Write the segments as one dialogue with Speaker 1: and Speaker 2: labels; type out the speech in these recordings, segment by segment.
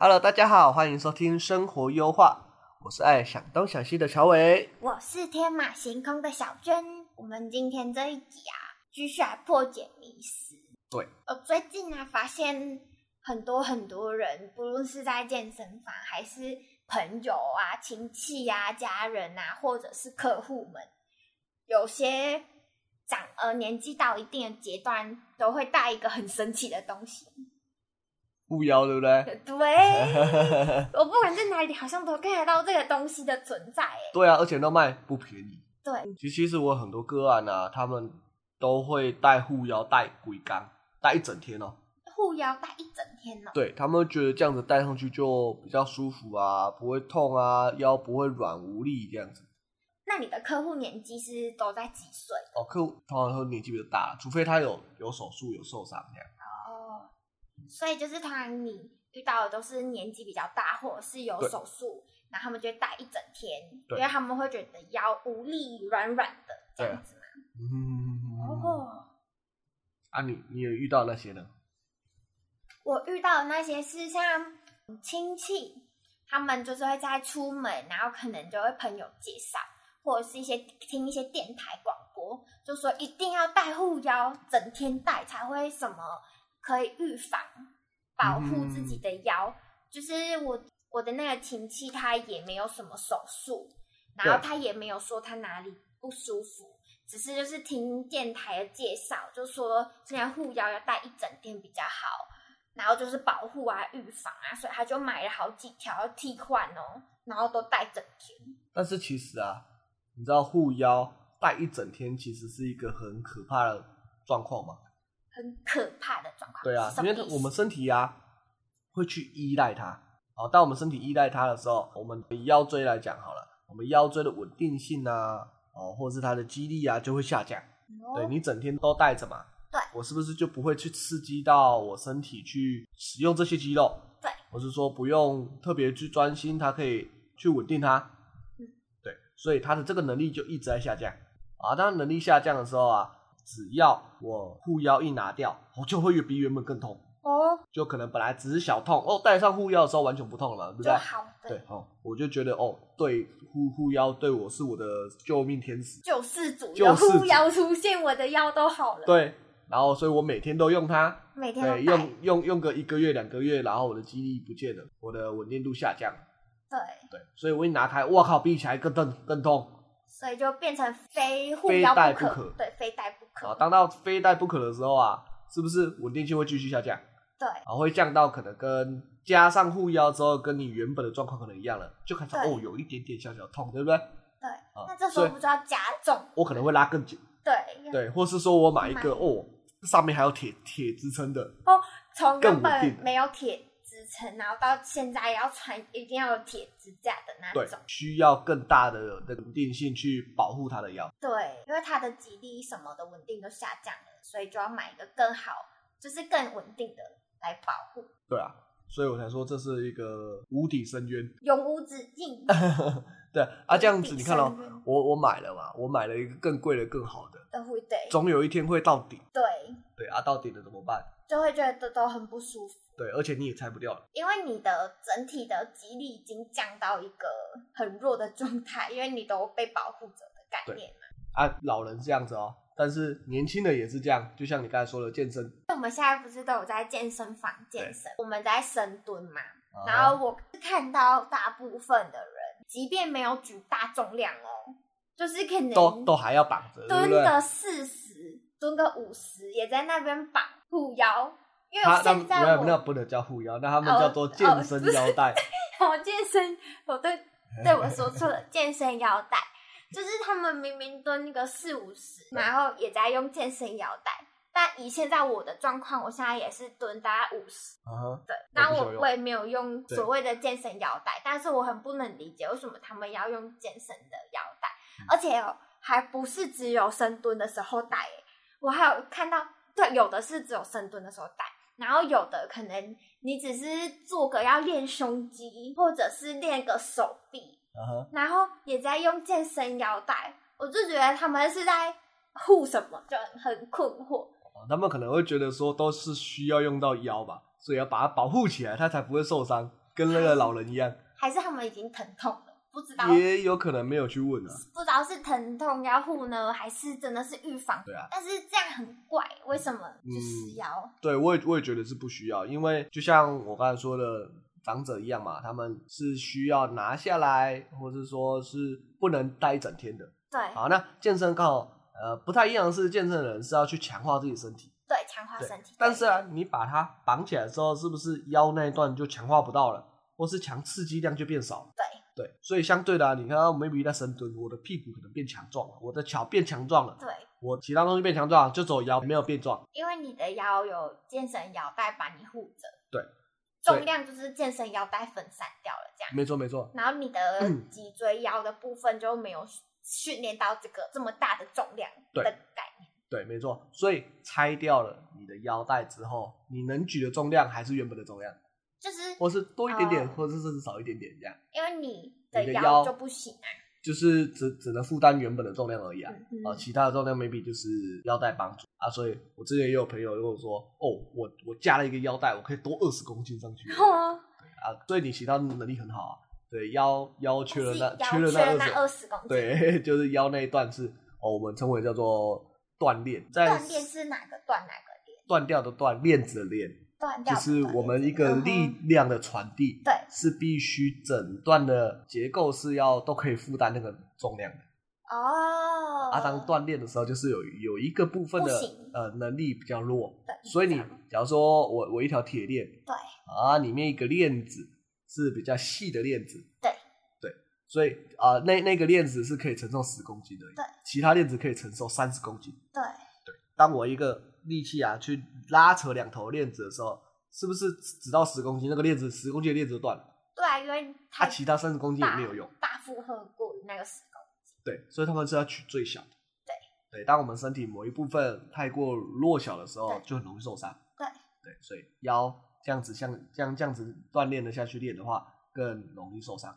Speaker 1: Hello，大家好，欢迎收听生活优化，我是爱想东想西的乔伟。
Speaker 2: 我是天马行空的小娟。我们今天这一集啊，继续来破解迷思。
Speaker 1: 对，
Speaker 2: 我最近啊发现很多很多人，不论是在健身房，还是朋友啊、亲戚啊、家人啊，或者是客户们，有些长呃年纪到一定的阶段，都会带一个很神奇的东西。
Speaker 1: 不妖对不对？
Speaker 2: 对，我不管在哪里，好像都看得到这个东西的存在。哎，
Speaker 1: 对啊，而且都卖不便宜。
Speaker 2: 对，
Speaker 1: 其实其实我很多个案啊，他们都会带护腰、带龟缸、带一整天哦。
Speaker 2: 护腰带一整天哦呢、
Speaker 1: 对他们觉得这样子戴上去就比较舒服啊，不会痛啊，腰不会软无力这样子。
Speaker 2: 那你的客户年纪是都在几岁？
Speaker 1: 哦，客户通常都年纪比较大，除非他有有手术、有受伤这样。
Speaker 2: 哦，所以就是通常你遇到的都是年纪比较大，或者是有
Speaker 1: 对
Speaker 2: 手术，然后他们就会带一整天，因
Speaker 1: 对
Speaker 2: 为他们会觉得腰无力、软软的这样子嘛。
Speaker 1: 啊嗯，
Speaker 2: 哦，
Speaker 1: 啊你，你有遇到那些呢？
Speaker 2: 我遇到的那些是像亲戚，他们就是会在出门，然后可能就会朋友介绍，或者是一些听一些电台广播，就说一定要带护腰，整天带才会什么可以预防保护自己的腰。就是我我的那个亲戚，他也没有什么手术，然后
Speaker 1: 对
Speaker 2: 他也没有说他哪里不舒服。只是就是听电台的介绍，就说现在护腰要带一整天比较好，然后就是保护啊、预防啊，所以他就买了好几条替换哦，然后都带整天。
Speaker 1: 但是其实啊，你知道护腰戴一整天其实是一个很可怕的状况吗？
Speaker 2: 很可怕的状况。
Speaker 1: 对啊
Speaker 2: 是，什
Speaker 1: 因
Speaker 2: 么
Speaker 1: 为
Speaker 2: 意思
Speaker 1: 我们身体啊会去依赖它。好，当我们身体依赖它的时候，我们以腰椎来讲好了，我们腰椎的稳定性啊，哦，或是它的肌力啊就会下降。对
Speaker 2: 哦
Speaker 1: 你整天都带着嘛，
Speaker 2: 对
Speaker 1: 我是不是就不会去刺激到我身体去使用这些肌肉？
Speaker 2: 对，
Speaker 1: 我是说不用特别去专心，它可以去稳定它。
Speaker 2: 嗯，
Speaker 1: 对，所以它的这个能力就一直在下降啊。当能力下降的时候啊，只要我护腰一拿掉，我就会越比原本更痛，
Speaker 2: 哦，
Speaker 1: 就可能本来只是小痛哦，戴上护腰的时候完全不痛了，对不
Speaker 2: 就
Speaker 1: 对？
Speaker 2: 好的，
Speaker 1: 对哦，我就觉得哦，对护护腰对我是我的救命天使。
Speaker 2: 救世主
Speaker 1: 救
Speaker 2: 有
Speaker 1: 世主
Speaker 2: 护腰出现，我的腰都好了，，
Speaker 1: 对，然后所以我每天都用它，
Speaker 2: 每天
Speaker 1: 对，
Speaker 2: 都带
Speaker 1: 用，用用个一个月两个月，然后我的肌力不见了，我的稳定度下降，
Speaker 2: 对，
Speaker 1: 对，所以我一拿开，哇靠，比起来更痛更痛
Speaker 2: 所以就变成非护腰
Speaker 1: 非带
Speaker 2: 可，
Speaker 1: 不可
Speaker 2: 对，非带不可，
Speaker 1: 啊！当到非戴不可的时候啊，是不是稳定性会继续下降？
Speaker 2: 对
Speaker 1: 啊，会降到可能跟加上护腰之后，跟你原本的状况可能一样了，就开始
Speaker 2: 对
Speaker 1: 哦有一点点小小痛，对不对？
Speaker 2: 对，
Speaker 1: 啊
Speaker 2: 那这时
Speaker 1: 所
Speaker 2: 候
Speaker 1: 以
Speaker 2: 不就要加重？
Speaker 1: 我可能会拉更紧，
Speaker 2: 对，
Speaker 1: 对，或是说我买一个
Speaker 2: 买
Speaker 1: 哦上面还有铁铁支撑的，
Speaker 2: 从
Speaker 1: 更
Speaker 2: 原
Speaker 1: 稳定
Speaker 2: 本没有铁支撑，然后到现在要穿一定要有铁支架的那
Speaker 1: 对
Speaker 2: 种，，
Speaker 1: 需要更大的那个稳定性去保护它的腰。
Speaker 2: 对，因为它的肌力什么的稳定都下降了，所以就要买一个更好，就是更稳定的来保护，
Speaker 1: 对啊，所以我才说这是一个无底深渊。
Speaker 2: 永无止境。
Speaker 1: 对啊，这样子你看
Speaker 2: 了、
Speaker 1: 哦，我我买了嘛，我买了一个更贵的、更好的，
Speaker 2: 都会对
Speaker 1: 总有一天会到底。
Speaker 2: 对，
Speaker 1: 对啊，到底了怎么办？
Speaker 2: 就会觉得都很不舒服，
Speaker 1: 对，而且你也拆不掉了。
Speaker 2: 因为你的整体的肌力已经降到一个很弱的状态，因为你都被保护着的概念嘛。
Speaker 1: 啊，老人这样子哦，但是年轻人也是这样，就像你刚才说的健身，
Speaker 2: 我们现在不是都有在健身房健身，我们在深蹲嘛，
Speaker 1: 啊
Speaker 2: 然后我看到大部分的人，即便没有举大重量哦，就是可能
Speaker 1: 都都还要绑着，对
Speaker 2: 蹲
Speaker 1: 不对？
Speaker 2: 个四十，蹲个五十，也在那边绑护腰。因为
Speaker 1: 他啊那
Speaker 2: 现在
Speaker 1: 没有
Speaker 2: 我
Speaker 1: 那不能叫护腰，那他们
Speaker 2: 哦
Speaker 1: 叫做健身腰带。
Speaker 2: 我健身，我对对我说错了，健身腰带。就是他们明明蹲个四五十，然后也在用健身腰带。但以现在我的状况，我现在也是蹲大概五十，
Speaker 1: 啊哈，
Speaker 2: 对，
Speaker 1: 那
Speaker 2: 但
Speaker 1: 不需要
Speaker 2: 我
Speaker 1: 用
Speaker 2: 我也没有用
Speaker 1: 对
Speaker 2: 所谓的健身腰带，但是我很不能理解为什么他们要用健身的腰带，
Speaker 1: 嗯
Speaker 2: 而且哦还不是只有深蹲的时候带耶，我还有看到，对，有的是只有深蹲的时候带，然后有的可能你只是做个要练胸肌，或者是练个手臂，
Speaker 1: 啊哈，
Speaker 2: 然后也在用健身腰带，我就觉得他们是在护什么，就很困惑。
Speaker 1: 哦他们可能会觉得说都是需要用到腰吧，所以要把它保护起来，它才不会受伤，跟那个老人一样。
Speaker 2: 还是他们已经疼痛了，不知道
Speaker 1: 也有可能没有去问啊，
Speaker 2: 不知道是疼痛要护呢，还是真的是预防。
Speaker 1: 对啊，嗯
Speaker 2: 但是这样很怪，为什么就是要？
Speaker 1: 对我也我也觉得是不需要，因为就像我刚才说的长者一样嘛，他们是需要拿下来，或是说是不能待一整天的。
Speaker 2: 对
Speaker 1: 好，那健身刚好呃不太一样的是，健身的人是要去强化自己身体，
Speaker 2: 对，强化
Speaker 1: 对
Speaker 2: 身体。
Speaker 1: 但是啊，你把它绑起来之后，是不是腰那一段就强化不到了，或是强刺激量就变少了？
Speaker 2: 对
Speaker 1: 对，所以相对的、啊，你看到 maybe 在深蹲，我的屁股可能变强壮了，我的脚变强壮了，
Speaker 2: 对，
Speaker 1: 我其他东西变强壮，就走腰没有变壮。
Speaker 2: 因为你的腰有健身腰带把你护着，
Speaker 1: 对，所以嗯
Speaker 2: 重量就是健身腰带分散掉了这样，
Speaker 1: 没错没错，
Speaker 2: 然后你的
Speaker 1: 嗯
Speaker 2: 脊椎腰的部分就没有训练到这个这么大的重量的
Speaker 1: 对
Speaker 2: 概念。
Speaker 1: 对，没错。所以拆掉了你的腰带之后，你能举的重量还是原本的重量，
Speaker 2: 就是
Speaker 1: 或是多一点点，
Speaker 2: 哦
Speaker 1: 或是甚至少一点点这样，
Speaker 2: 因为你的
Speaker 1: 你的腰
Speaker 2: 就不行啊，
Speaker 1: 就是只只能负担原本的重量而已啊。
Speaker 2: 嗯哼
Speaker 1: 啊，其他的重量 maybe 就是腰带帮助啊，所以我之前也有朋友跟我说，哦，我我加了一个腰带，我可以多二十公斤上去
Speaker 2: 哦
Speaker 1: 啊，所以你其他能力很好啊，对，腰腰缺了那
Speaker 2: 是腰
Speaker 1: 了
Speaker 2: 缺了
Speaker 1: 那
Speaker 2: 那二
Speaker 1: 二十，
Speaker 2: 十公斤。
Speaker 1: 对， 就是腰那一段是哦，我们称为叫做锻炼，在
Speaker 2: 断裂是哪个断哪个裂？
Speaker 1: 断掉的断，链子的链，
Speaker 2: 断掉
Speaker 1: 就
Speaker 2: 的断
Speaker 1: 是我们一个力
Speaker 2: 嗯哼
Speaker 1: 量的传递，
Speaker 2: 对
Speaker 1: 是必须整段的结构是要都可以负担那个重量的。
Speaker 2: 哦，
Speaker 1: 啊，当锻炼的时候，就是有有一个部分的
Speaker 2: 不行
Speaker 1: 呃能力比较弱，
Speaker 2: 对
Speaker 1: 所以你
Speaker 2: 这样
Speaker 1: 假如说我我一条铁链，
Speaker 2: 对
Speaker 1: 啊，里面一个链子是比较细的链子，
Speaker 2: 对
Speaker 1: 对，所以啊、那那个链子是可以承受十公斤的，
Speaker 2: 对，
Speaker 1: 其他链子可以承受三十公斤。
Speaker 2: 对
Speaker 1: 当我一个力气啊去拉扯两头链子的时候，是不是只到十公斤，那个链子十公斤的链子就断了，
Speaker 2: 对啊，因为
Speaker 1: 它、
Speaker 2: 它
Speaker 1: 其他三十公斤也没有用。
Speaker 2: 大负荷过于那个时空，
Speaker 1: 对，所以他们是要取最小的。对，当我们身体某一部分太过弱小的时候
Speaker 2: 对，
Speaker 1: 就很容易受伤。
Speaker 2: 对
Speaker 1: 对，所以腰这样子像这样这样子锻炼的下去练的话，更容易受伤。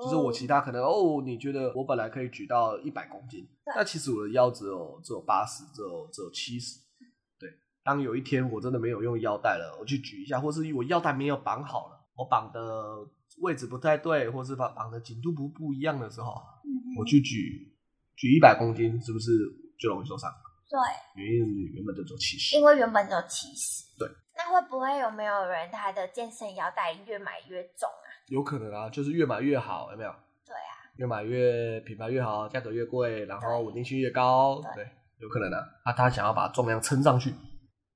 Speaker 1: 就是我其
Speaker 2: 哦
Speaker 1: 他可能哦，你觉得我本来可以举到一百公斤，
Speaker 2: 对
Speaker 1: 那其实我的腰只有只有八十，只有只有七十。
Speaker 2: 嗯
Speaker 1: 对，当有一天我真的没有用腰带了，我去举一下，或是我腰带没有绑好了，我绑的位置不太对，或是绑绑的紧度不不一样的时候，
Speaker 2: 嗯
Speaker 1: 我去举举一百公斤，是不是就容易受伤？
Speaker 2: 对，
Speaker 1: 原因是你原本就只有七十。
Speaker 2: 因为原本有七十，
Speaker 1: 对，
Speaker 2: 那会不会有没有人他的健身腰带越买越重啊？
Speaker 1: 有可能啊，就是越买越好，有没有？
Speaker 2: 对啊，
Speaker 1: 越买越品牌越好，价格越贵，然后
Speaker 2: 对
Speaker 1: 稳定性越高，
Speaker 2: 对
Speaker 1: 对，有可能啊。啊，他想要把重量撑上去，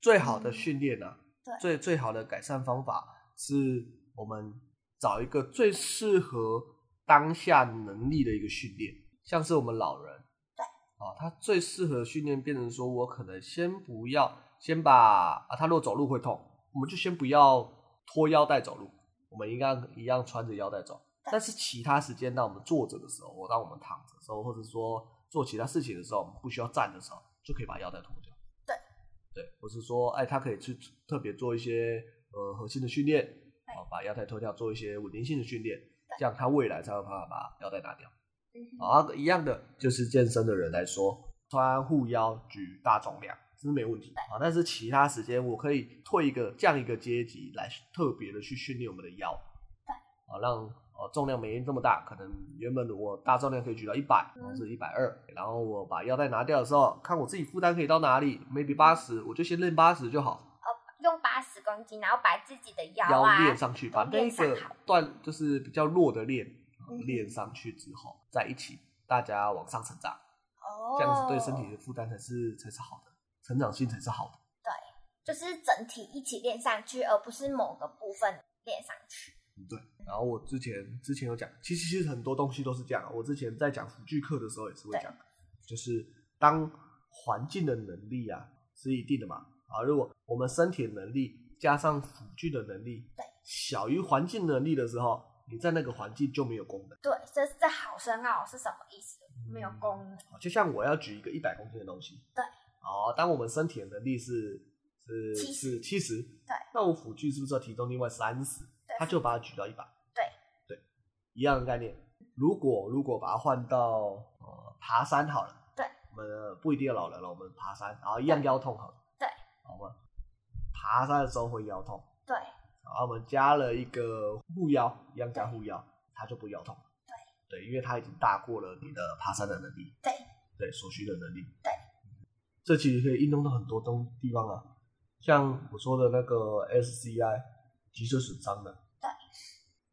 Speaker 1: 最好的训练呢、啊，
Speaker 2: 嗯对
Speaker 1: 最最好的改善方法是我们找一个最适合当下能力的一个训练，像是我们老人，
Speaker 2: 对，
Speaker 1: 啊，他最适合训练变成说，我可能先不要，先把啊，他如果走路会痛，我们就先不要脱腰带走路，我们应该一样穿着腰带走。
Speaker 2: 对
Speaker 1: 但是其他时间，当我们坐着的时候，或当我们躺着的时候，或者说做其他事情的时候，我们不需要站的时候，就可以把腰带脱掉。
Speaker 2: 对，
Speaker 1: 对，我是说，哎，他可以去特别做一些呃核心的训练，啊，把腰带脱掉，做一些稳定性的训练，这样他未来才有办法把腰带拿掉。
Speaker 2: 嗯
Speaker 1: 啊，一样的，就是健身的人来说，穿护腰举大重量这是没问题啊。但是其他时间，我可以退一个降一个阶级来特别的去训练我们的腰，啊，让呃重量没那么大，可能原本我大重量可以举到一百、
Speaker 2: 嗯
Speaker 1: 或者一百二，然后我把腰带拿掉的时候，看我自己负担可以到哪里，maybe 八十，我就先练八十就好，
Speaker 2: 用八十公斤，然后把自己的腰
Speaker 1: 腰
Speaker 2: 啊，
Speaker 1: 练上去，把
Speaker 2: 都
Speaker 1: 那
Speaker 2: 练上
Speaker 1: 个
Speaker 2: 好
Speaker 1: 段就是比较弱的练
Speaker 2: 嗯哼
Speaker 1: 练上去之后，在一起大家往上成长。
Speaker 2: 哦，
Speaker 1: 这样子对身体的负担才是才是好的，成长性才是好的。
Speaker 2: 就是整体一起练上去，而不是某个部分练上去。
Speaker 1: 然后我之前之前有讲，其实其实很多东西都是这样。我之前在讲辅具课的时候也是会讲，就是当环境的能力啊是一定的嘛，啊，如果我们身体的能力加上辅具的能力小于环境能力的时候，你在那个环境就没有功能。
Speaker 2: 对，这这好深奥是什么意思？
Speaker 1: 嗯
Speaker 2: 没有功能，
Speaker 1: 就像我要举一个一百公斤的东西，
Speaker 2: 对，
Speaker 1: 哦，当我们身体的能力是是
Speaker 2: 70
Speaker 1: 是七十，
Speaker 2: 对，
Speaker 1: 那我辅具是不是要提供另外三十？
Speaker 2: 对
Speaker 1: 他就把它举到一百，
Speaker 2: 对
Speaker 1: 对，一样的概念。如果如果把它换到呃爬山好了，
Speaker 2: 对，
Speaker 1: 我们呃不一定要老人了，我们爬山，然后一样腰痛好了，
Speaker 2: 对，
Speaker 1: 好吗？爬山的时候会腰痛，
Speaker 2: 对
Speaker 1: 然后我们加了一个护腰，一样加护腰，它就不腰痛。对，因为它已经大过了你的爬山的能力。
Speaker 2: 对，
Speaker 1: 对，所需的能力。嗯
Speaker 2: 对，
Speaker 1: 这其实可以应用到很多东地方啊，像我说的那个 SCI 脊髓损伤的，
Speaker 2: 对，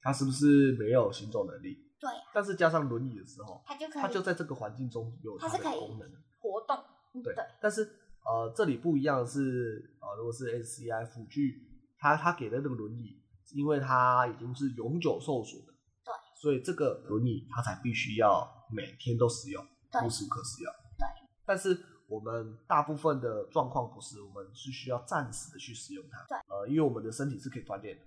Speaker 1: 它是不是没有行走能力？
Speaker 2: 对啊
Speaker 1: 但是加上轮椅的时候，
Speaker 2: 它就可以，
Speaker 1: 它就在这个环境中有
Speaker 2: 它
Speaker 1: 它
Speaker 2: 是
Speaker 1: 的
Speaker 2: 可以
Speaker 1: 功能的。
Speaker 2: 活动，嗯
Speaker 1: 对
Speaker 2: 对，
Speaker 1: 但是呃，这里不一样的是，呃，如果是 SCI 辅具，它它给的那个轮椅，因为它已经是永久受损的，
Speaker 2: 对，
Speaker 1: 所以这个轮椅它才必须要每天都使用，
Speaker 2: 对
Speaker 1: 无时无刻使用，
Speaker 2: 对。
Speaker 1: 但是我们大部分的状况不是，我们是需要暂时的去使用它，
Speaker 2: 对，
Speaker 1: 呃，因为我们的身体是可以锻炼的，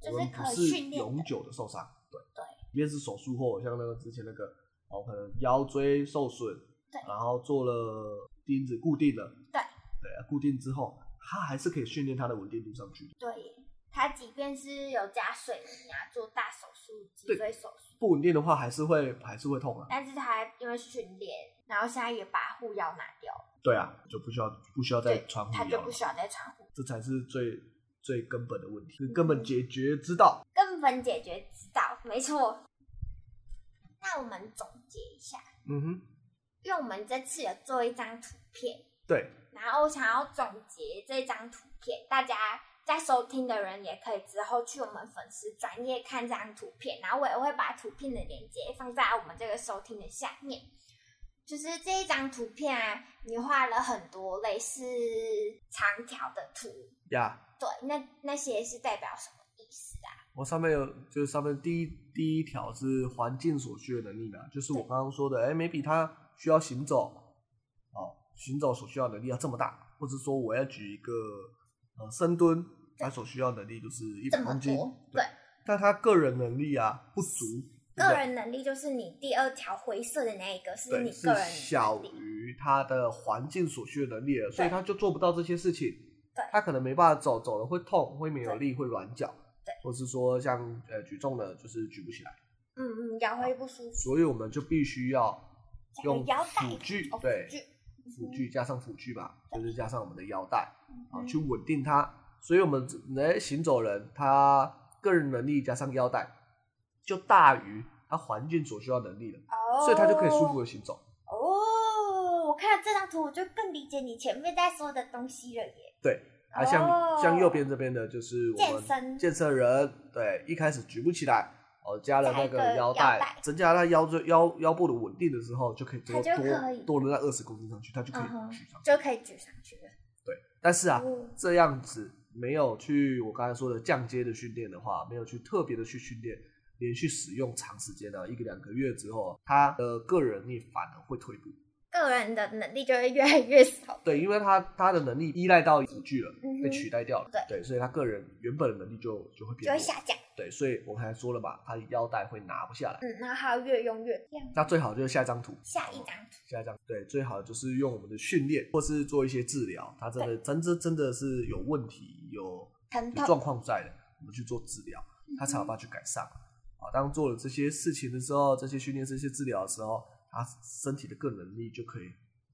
Speaker 2: 就是
Speaker 1: 我们不
Speaker 2: 可
Speaker 1: 是
Speaker 2: 训练的
Speaker 1: 永久的受伤，对，
Speaker 2: 对，
Speaker 1: 即便是手术后，像那个之前那个，哦，可能腰椎受损，
Speaker 2: 对
Speaker 1: 然后做了钉子固定了，
Speaker 2: 对，
Speaker 1: 对，啊固定之后，它还是可以训练它的稳定度上去，
Speaker 2: 对耶，它即便是有加水泥啊，做大手术、脊
Speaker 1: 对
Speaker 2: 椎手术，
Speaker 1: 不稳定的话还是会还是会痛啊，
Speaker 2: 但是它因为训练，然后现在也把护腰拿掉，
Speaker 1: 对啊，就不需要不需要再
Speaker 2: 对，
Speaker 1: 穿护
Speaker 2: 它
Speaker 1: 腰
Speaker 2: 就
Speaker 1: 了
Speaker 2: 不，需要再穿护，
Speaker 1: 这才是最最根本的问
Speaker 2: 嗯
Speaker 1: 题，根本解决之道。
Speaker 2: 根本解决之道，没错。那我们总结一下，
Speaker 1: 嗯哼，
Speaker 2: 因为我们这次有做一张图片，
Speaker 1: 对，
Speaker 2: 然后我想要总结这张图片，大家在收听的人也可以之后去我们粉丝专业看这张图片，然后我也会把图片的链接放在我们这个收听的下面。就是这一张图片啊，你画了很多类似长条的图，
Speaker 1: 呀、
Speaker 2: 对，那那些是代表什么意思啊？
Speaker 1: 我上面有，就是上面第一第一条是环境所需的能力嘛，就是我刚刚说的，哎、m a y b e 他需要行走，哦，行走所需要的能力要这么大，或者说我要举一个呃深蹲，他所需要的能力就是一
Speaker 2: 这
Speaker 1: 百
Speaker 2: 么
Speaker 1: 公斤
Speaker 2: 多，，对，
Speaker 1: 但他个人能力啊不足，对不
Speaker 2: 个
Speaker 1: 对
Speaker 2: 人能力就是你第二条灰色的那一个，是
Speaker 1: 对
Speaker 2: 你
Speaker 1: 是
Speaker 2: 个人
Speaker 1: 小
Speaker 2: 能力，
Speaker 1: 于他的环境所需的能力了，所以他就做不到这些事情。
Speaker 2: 对
Speaker 1: 他可能没办法走，走了会痛，会没有
Speaker 2: 对
Speaker 1: 力，会软脚，
Speaker 2: 对，
Speaker 1: 或是说像呃举重的，就是举不起来。
Speaker 2: 嗯嗯，腰会不舒服，
Speaker 1: 所以我们就必须要用
Speaker 2: 腰带
Speaker 1: 辅具
Speaker 2: 哦，
Speaker 1: 对
Speaker 2: 辅，具
Speaker 1: 辅具加上辅具吧，就是加上我们的腰带啊，
Speaker 2: 嗯
Speaker 1: 去稳定它。所以我们哎，行走人他个人能力加上腰带，就大于他环境所需要能力了，
Speaker 2: 哦，
Speaker 1: 所以他就可以舒服的行走。
Speaker 2: 哦，我看了这张图，我就更理解你前面在说的东西了耶。
Speaker 1: 对，啊，像
Speaker 2: 哦
Speaker 1: 像右边这边的就是我
Speaker 2: 健
Speaker 1: 们
Speaker 2: 身，
Speaker 1: 健身人，对，一开始举不起来。哦，加了那
Speaker 2: 加一
Speaker 1: 个
Speaker 2: 个
Speaker 1: 腰
Speaker 2: 腰带
Speaker 1: 增加他腰椎腰腰部的稳定的时候，就可以多
Speaker 2: 他就可以
Speaker 1: 多多了那二十公斤上去，他就可以
Speaker 2: 嗯哼
Speaker 1: 举上去。
Speaker 2: 就可以举上去了。
Speaker 1: 但是啊，
Speaker 2: 嗯
Speaker 1: 这样子没有去我刚才说的降阶的训练的话，没有去特别的去训练，连续使用长时间的一个两个月之后，他的个人力反而会退步。
Speaker 2: 个人的能力就会越来越少。
Speaker 1: 对，因为他他的能力依赖到辅具了
Speaker 2: 嗯，哼
Speaker 1: 被取代掉了。
Speaker 2: 对
Speaker 1: 对，所以他个人原本的能力就就会
Speaker 2: 就
Speaker 1: 变弱。
Speaker 2: 会下降，
Speaker 1: 对，所以我刚才说了嘛，他的腰带会拿不下来。
Speaker 2: 嗯，然后还要越用越亮。
Speaker 1: 那最好就是下一张图，
Speaker 2: 下一张图，
Speaker 1: 下一张对，最好就是用我们的训练或是做一些治疗，他真的真真真的是有问题有
Speaker 2: 疼
Speaker 1: 有
Speaker 2: 痛
Speaker 1: 状，况在的，我们去做治疗，他才有办法去改善。啊，当做了这些事情的时候，这些训练、这些治疗的时候，他身体的个能力就可以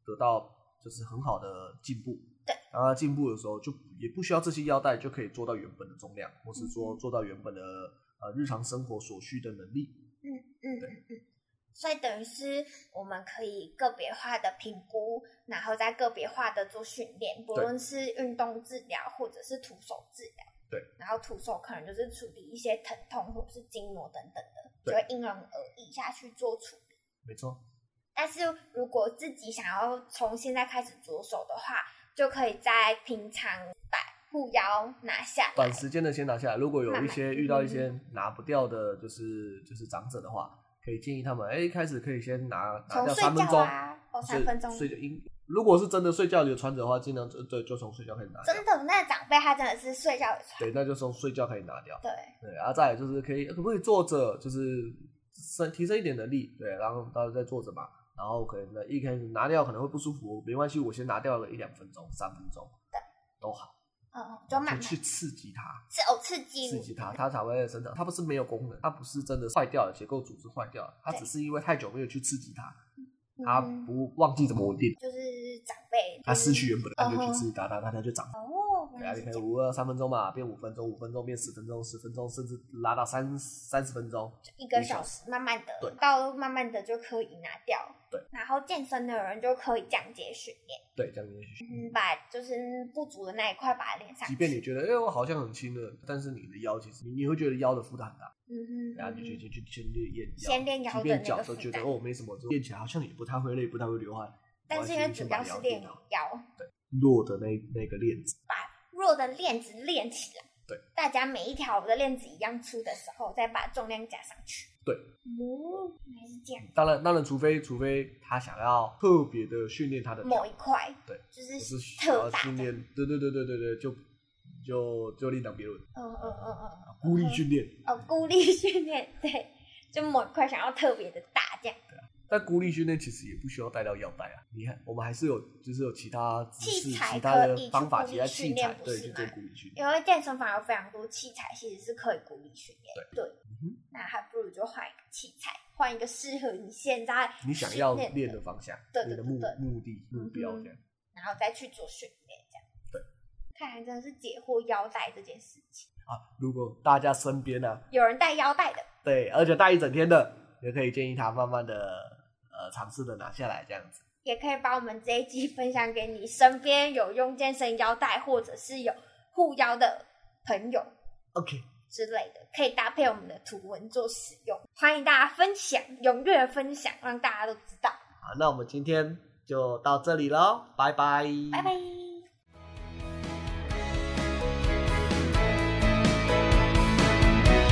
Speaker 1: 得到就是很好的进步。
Speaker 2: 对，
Speaker 1: 然后他进步的时候就也不需要这些腰带，就可以做到原本的重量，或是
Speaker 2: 嗯
Speaker 1: 说做到原本的呃日常生活所需的能力。
Speaker 2: 嗯嗯嗯嗯。所以等于是我们可以个别化的评估，然后再个别化的做训练，不论是运动治疗或者是徒手治疗。
Speaker 1: 对。
Speaker 2: 然后徒手可能就是处理一些疼痛或者是筋膜等等的，就
Speaker 1: 对
Speaker 2: 会因人而异下去做处理。
Speaker 1: 没错，
Speaker 2: 但是如果自己想要从现在开始着手的话，就可以在平常把护腰拿下来。
Speaker 1: 短时间的先拿下来。如果有
Speaker 2: 慢
Speaker 1: 一
Speaker 2: 慢
Speaker 1: 些遇到一些拿不掉的，就是就是长者的话，可以建议他们，哎、一开始可以先拿拿
Speaker 2: 从
Speaker 1: 掉
Speaker 2: 睡
Speaker 1: 三分
Speaker 2: 觉
Speaker 1: 钟，
Speaker 2: 啊，哦，
Speaker 1: 就是
Speaker 2: 三分钟。
Speaker 1: 睡觉。因如果是真的睡觉有穿着的话，尽量就对就从睡觉开始拿掉
Speaker 2: 真。的，那长辈他真的是睡觉也穿。
Speaker 1: 对，那就从睡觉开始拿掉。
Speaker 2: 对，
Speaker 1: 对，然后再来就是可以可不可以坐着，就是升提升一点能力，对，然后到时候再坐着嘛，然后可能呢一开始拿掉可能会不舒服，没关系，我先拿掉了一两分钟、三分钟，都好，
Speaker 2: 嗯，就慢慢
Speaker 1: 去刺激它，
Speaker 2: 是哦，刺激
Speaker 1: 刺
Speaker 2: 你
Speaker 1: 激它，它才会生长。它不是没有功能，它不是真的坏掉了，结构组织坏掉了，它
Speaker 2: 对
Speaker 1: 只是因为太久没有去刺激它，
Speaker 2: 嗯
Speaker 1: 它啊不忘记怎么稳定，
Speaker 2: 就是长辈
Speaker 1: 它失去原本的，它就
Speaker 2: 嗯
Speaker 1: 去
Speaker 2: 哼
Speaker 1: 刺激它，它它它就长。
Speaker 2: 哦，原
Speaker 1: 对啊，
Speaker 2: 来
Speaker 1: 你
Speaker 2: 是
Speaker 1: 可
Speaker 2: 这
Speaker 1: 以
Speaker 2: 样，
Speaker 1: 五二三分钟嘛，变五分钟，五分钟变十分钟，十分钟，甚至拉到三三十分钟。
Speaker 2: 一个
Speaker 1: 一小
Speaker 2: 小时慢慢
Speaker 1: 对
Speaker 2: 的到慢慢的就可以拿掉。
Speaker 1: 对，
Speaker 2: 然后健身的人就可以降阶训练，
Speaker 1: 对，这样也许。
Speaker 2: 嗯，把就是不足的那一块把它练上去。
Speaker 1: 即便你觉得，哎、我好像很轻了，但是你的腰其实你你会觉得腰的负担很大，
Speaker 2: 嗯哼，
Speaker 1: 然后啊你就去去去练腰，
Speaker 2: 先练腰
Speaker 1: 即
Speaker 2: 的
Speaker 1: 便
Speaker 2: 那
Speaker 1: 脚
Speaker 2: 个
Speaker 1: 都
Speaker 2: 负
Speaker 1: 觉得
Speaker 2: 担，
Speaker 1: 哦没什么，练起来好像也不太会累，不太会流汗。
Speaker 2: 但
Speaker 1: 我
Speaker 2: 是因
Speaker 1: 先
Speaker 2: 为
Speaker 1: 先
Speaker 2: 主
Speaker 1: 把
Speaker 2: 要是
Speaker 1: 腰
Speaker 2: 练
Speaker 1: 好
Speaker 2: 腰，
Speaker 1: 弱的那那个链子，
Speaker 2: 弱的链子练起来。
Speaker 1: 对，
Speaker 2: 大家每一条的链子一样粗的时候，再把重量加上去。
Speaker 1: 对
Speaker 2: 哦，原来是这样。
Speaker 1: 当然当然，除非除非他想要特别的训练他的
Speaker 2: 某
Speaker 1: 脚
Speaker 2: 一，块，
Speaker 1: 对，
Speaker 2: 就是
Speaker 1: 不是想要
Speaker 2: 特大
Speaker 1: 训
Speaker 2: 的，
Speaker 1: 练，对对对对对对，就就就另当别论，
Speaker 2: 嗯嗯嗯嗯，嗯
Speaker 1: 孤立训练。
Speaker 2: 哦， 孤立训练，对，就某一块想要特别的大这样，
Speaker 1: 但孤立训练其实也不需要带到腰带啊，你看我们还是有就是有其他姿势、
Speaker 2: 器材
Speaker 1: 其他的
Speaker 2: 可以去
Speaker 1: 方法、
Speaker 2: 孤立
Speaker 1: 其他器
Speaker 2: 训
Speaker 1: 材
Speaker 2: 练
Speaker 1: 对
Speaker 2: 不是
Speaker 1: 去做
Speaker 2: 吗
Speaker 1: 孤立训练。
Speaker 2: 因为健身房有非常多器材，其实是可以孤立训练，对，
Speaker 1: 嗯哼
Speaker 2: 那还不如就换一个器材，换一个适合你现在
Speaker 1: 你想要
Speaker 2: 训
Speaker 1: 练
Speaker 2: 的
Speaker 1: 的，方向、
Speaker 2: 对
Speaker 1: 你的
Speaker 2: 对
Speaker 1: 目
Speaker 2: 对嗯对
Speaker 1: 目的、目标这样。
Speaker 2: 然后再去做训练这样，
Speaker 1: 对，
Speaker 2: 看来真的是解惑腰带这件事情，
Speaker 1: 啊，如果大家身边呢、啊，
Speaker 2: 有人带腰带的，
Speaker 1: 对，而且带一整天的，也可以建议他慢慢的呃尝试的拿下来这样子。
Speaker 2: 也可以把我们这一集分享给你身边有用健身腰带或者是有护腰的朋友
Speaker 1: OK，
Speaker 2: 之类的，可以搭配我们的图文做使用。欢迎大家分享，踊跃分享，让大家都知道。
Speaker 1: 好，那我们今天就到这里喽，拜拜，
Speaker 2: 拜拜。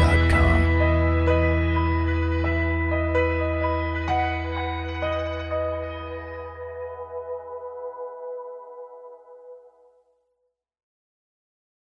Speaker 3: dot